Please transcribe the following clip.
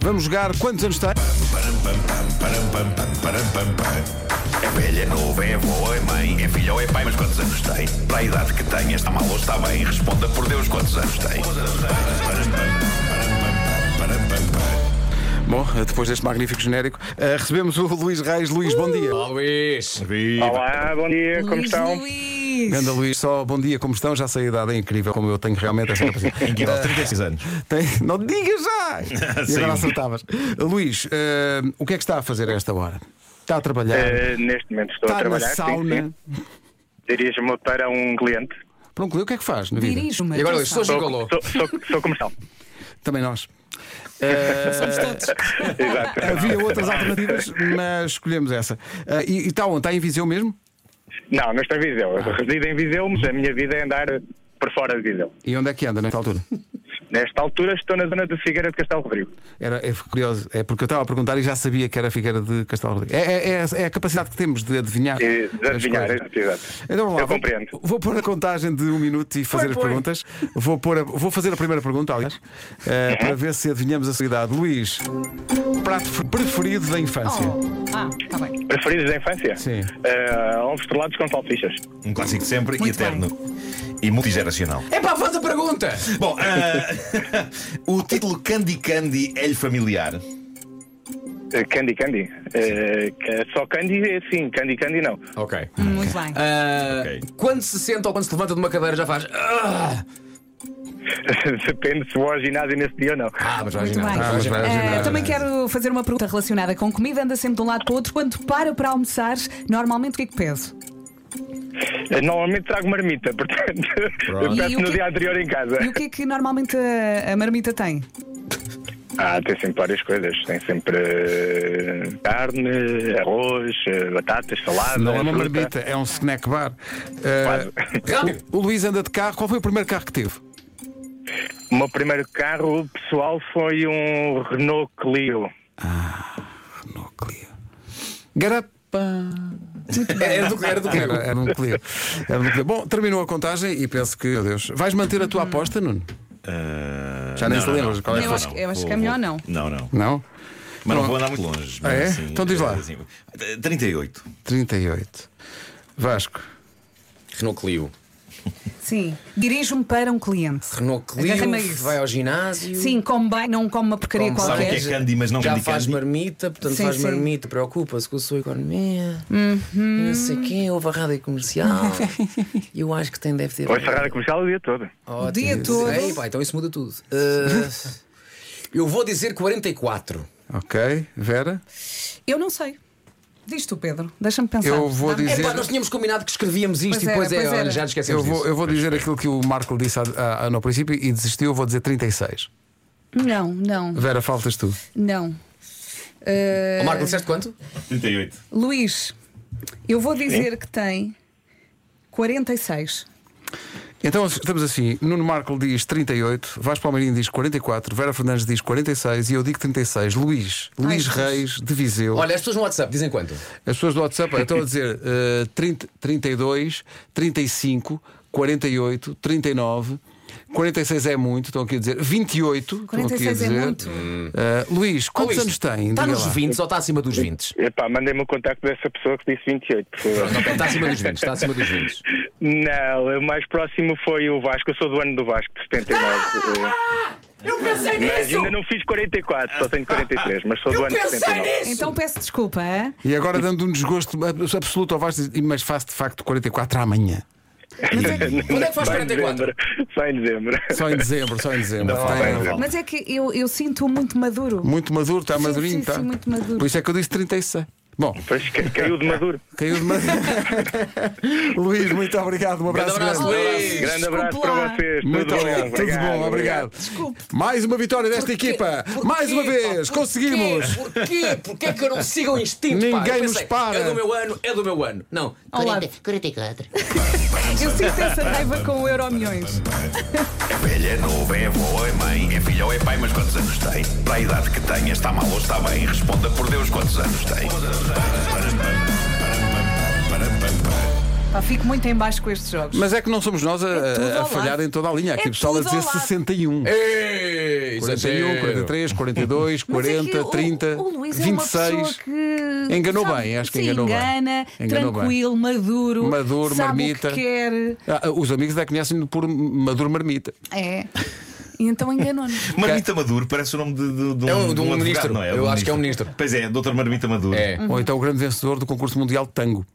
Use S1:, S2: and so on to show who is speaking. S1: Vamos jogar quantos anos tem?
S2: Param, pam, pam, param, pam, pam, param, pam, pam. É velha, é novo, é avô, é mãe, é filho ou é pai, mas quantos anos tem? Para a idade que tem, está mal ou está bem? Responda por Deus quantos anos tem.
S1: Bom, depois deste magnífico genérico, eh, recebemos o Luís Reis. Luís, bom dia.
S3: Luís!
S4: Olá, bom dia, como
S5: Luís
S4: estão?
S5: Luís.
S1: Ganda Luís, só bom dia, como estão? Já sei a idade, é incrível como eu tenho realmente esta capacidade. Eh,
S3: Incrível, 36 anos.
S1: Tem- Não digas já! E agora acertavas. Luís, eh, o que é que está a fazer a esta hora? Está a trabalhar?
S4: Eh, neste momento
S1: está
S4: estou a
S1: Tá na
S4: trabalhar. sim,
S1: sauna?
S4: sim. Dirijo-me para um cliente.
S1: Pronto, o que é que faz na vida?
S5: Dirijo-me.
S3: E agora, Luís,
S5: atenção.
S3: sou gigolô.
S4: Sou, sou, sou comercial.
S1: Também nós. Eh,
S5: Somos todos.
S4: Exato.
S1: Havia outras alternativas, mas escolhemos essa. Eh, e e está onde? Está em Viseu mesmo?
S4: Não, não estou em Viseu. Eu resido em Viseu, mas a minha vida é andar por fora de Viseu.
S1: E onde é que anda nesta altura?
S4: Nesta altura estou na zona de Figueira de Castelo Rodrigo.
S1: Era, é curioso, é porque eu estava a perguntar e já sabia que era Figueira de Castelo Rodrigo. É, é- é a- é a capacidade que temos de adivinhar.
S4: E É, de
S1: as
S4: adivinhar,
S1: coisas.
S4: exato, exato.
S1: Então vamos lá,
S4: Eu
S1: vou-
S4: compreendo.
S1: Vou pôr a contagem de um minuto e fazer as perguntas. Vou, pôr a- vou fazer a primeira pergunta, aliás,
S4: Uhum.
S1: eh, para ver se adivinhamos a sua idade. Luís, prato f- preferido da
S3: Assim.
S1: infância.
S5: Oh. Ah, está bem.
S4: Preferidos da infância?
S1: Sim.
S4: Eh, ovos estrelados com salsichas.
S6: Um clássico de sempre e
S5: Muito
S6: eterno. E multigeracional.
S3: É para faz a pergunta!
S6: Bom, ah, o título Candy Candy é-lhe familiar.
S4: Eh, candy Candy. Eh, ca- só Candy, eh, sim. Candy Candy não.
S1: Oh.
S3: Ok.
S5: Muito bem.
S3: Ah,
S6: Ok.
S3: Quando se senta ou quando se levanta de uma cadeira já faz. Ah,
S4: Depende se vou ao ginásio nesse dia ou não.
S3: Ah, mas vai
S5: Muito
S3: girar,
S5: bem.
S3: vai
S1: mas
S3: girar.
S1: vai
S5: Eh,
S1: girar.
S5: também quero fazer uma pergunta relacionada com comida. Anda sempre de um lado para o outro. Quando para para almoçar, normalmente o que é que peso?
S4: Eh, Normalmente trago marmita, portanto, eu
S5: E
S4: peço
S5: o
S4: no
S5: que-
S4: dia anterior em casa.
S5: E o que é que normalmente a, a marmita tem?
S4: Ah, tem sempre várias coisas. Tem sempre eh, carne, arroz, eh, batatas, salada.
S1: Não é uma
S4: fruta.
S1: marmita, é um snack bar. Eh,
S4: Quase.
S1: o, o Luís anda de carro. Qual foi o primeiro carro que teve?
S4: O meu primeiro carro pessoal foi um Renault Clio.
S1: No Clio. Ah, Garapa.
S3: Era do era do
S1: Era, era um Clio. Era um Clio. Bom, terminou a contagem e penso que, meu Deus, vais manter a tua aposta, Nuno?
S6: Ah,
S1: Já nem
S6: Uhum. não,
S1: se
S6: não,
S1: lembras
S6: não.
S1: qual é que
S5: Eu
S1: foi.
S5: acho que- eu acho
S6: Vou-
S5: que é melhor
S6: vou-
S5: não.
S6: Não, não.
S1: Não?
S6: Mas não vou andar muito longe. mas
S1: Ah, é?
S6: assim,
S1: Então diz lá.
S6: assim, 38.
S1: 38. Vasco.
S3: Renault Clio.
S5: Sim. Dirijo-me para um cliente.
S3: Renault
S5: Agarra-me a
S3: Clio,
S5: isso.
S3: vai ao ginásio.
S5: Sim, come bem, não come uma porcaria
S3: Come,
S6: Sabe o
S5: qualquer.
S6: que é Candy, mas não
S3: Já
S6: Candy
S3: faz
S6: Candy?
S3: marmita, portanto
S5: Sim,
S3: faz
S5: sim.
S3: marmita, preocupa-se com a sua economia.
S5: Uhum.
S3: e Não sei quem, houve a rádio comercial. Eu acho é que tem, deve ter.
S4: Foi Ferrari comercial o dia todo.
S3: Ótimo.
S5: dia todo.
S3: Ei, pá, então isso muda tudo. Ah, eu vou dizer 44.
S1: Ok. Vera.
S5: Eu não sei. Diz tu, Pedro. Deixa-me pensar.
S1: Eu vou
S5: Dá-me-
S3: É
S1: dizer-
S3: pá, nós tínhamos combinado que escrevíamos isto
S5: Pois
S3: e depois
S5: era,
S3: é,
S5: pois
S3: olha,
S5: era.
S3: já nos esquecemos.
S1: Eu vou,
S3: disso.
S1: eu vou dizer aquilo que o Marco disse a- a- no princípio e desistiu. Eu vou dizer 36.
S5: Não, não,
S1: Vera, faltas tu.
S5: não. Eh,
S3: Ó, Marco, disseste quanto?
S5: É.
S6: 38.
S5: Luís, eu vou dizer que tem 46.
S1: Então estamos assim: Nuno Marco diz 38, Vasco Palmeirinho diz 44, Vera Fernandes diz 46 e eu digo 36. Luís, Luís
S5: Jesus.
S1: Reis, de Viseu.
S3: Olha, as pessoas no WhatsApp dizem quanto?
S1: As pessoas do WhatsApp olha, estão a dizer eh, 30, 32, 35, 48, 39. 46 é muito, estão aqui a dizer 28. estão aqui a
S5: 46 é
S1: dizer.
S5: muito.
S1: Eh, Luís, quantos anos tem?
S3: Está
S1: Diga
S3: tá nos
S1: lá.
S3: 20 ou está acima dos 20?
S4: Epá, mandei-me o contacto dessa pessoa que disse 28, por favor.
S3: Está tá acima dos 20, está acima dos 20.
S4: Não, o mais próximo foi o Vasco. Eu sou do ano do Vasco, de 79.
S3: Ah,
S4: eu pensei mas Ainda não fiz 44, só tenho 43, mas sou do ano de 79.
S5: Então peço desculpa, é?
S1: E agora dando um desgosto absoluto ao Vasco, diz, mas faço de facto 44 amanhã.
S3: Quando é que faz
S4: Só em
S3: 44?
S4: dezembro. Só em dezembro.
S1: Só em dezembro, só em dezembro.
S6: Ainda falta,
S1: Tem-
S6: ainda falta.
S5: Mas é que eu, eu sinto-o muito maduro.
S1: Muito maduro, está
S5: Sim,
S1: madurinho,
S5: sim,
S1: está.
S5: sim, muito maduro.
S1: Por isso é que eu disse 36. Bom,
S4: Pois ca- caiu de maduro.
S1: caiu de maduro. Luís, muito obrigado. Um abraço.
S3: Grande abraço,
S1: grande.
S3: Luís.
S4: Grande abraço
S5: Desculpe lá.
S4: para vocês.
S1: Muito
S4: tudo
S1: obrigado.
S4: bom.
S1: Tudo bom, obrigado.
S5: Desculpe.
S1: Mais uma vitória desta equipa. Mais uma vez, conseguimos.
S3: Oh, Porquê? Porquê é que eu não sigo o instinto?
S1: Ninguém
S3: pá? Eu
S1: nos
S3: pensei,
S1: para.
S3: É do meu ano, é do meu ano. Não.
S5: Olá,
S7: 40, 44.
S5: eu sinto essa raiva com o Euro Milhões.
S2: É velha, é novo, é avô, é mãe, é filho ou é pai, mas quantos anos tem? Para a idade que tem, está mal ou está bem? Responda por Deus quantos anos tem.
S5: Pá, fico muito em baixo com estes jogos.
S1: Mas é que não somos nós a,
S5: É tudo
S1: a- a
S5: ao
S1: falhar
S5: lado.
S1: em toda a linha. Há Aqui
S5: É
S1: pessoal a
S5: tudo ao
S1: dizer
S5: lado.
S1: 61.
S7: Ei, isso é
S1: 41,
S7: sério.
S1: 43, 42,
S5: Mas é que
S1: 40,
S5: o-
S1: 30,
S5: o Luís é uma
S1: 26.
S5: pessoa que,
S1: Enganou bem, acho que
S5: se
S1: enganou bem.
S5: engana,
S1: Enganou
S5: tranquilo, maduro,
S1: Maduro,
S5: sabe
S1: marmita.
S5: O que quer.
S1: Ah, ah, Os amigos da conhecem-no por Maduro Marmita.
S5: É. E então enganou-nos.
S6: Marmita Maduro parece o nome de, de- de um,
S7: É um- de um
S6: advogado,
S7: ministro.
S6: não é?
S7: Eu acho que é um ministro.
S6: Pois é, Dr. Marmita Maduro.
S7: É.
S1: Ou então o grande vencedor do concurso mundial de tango.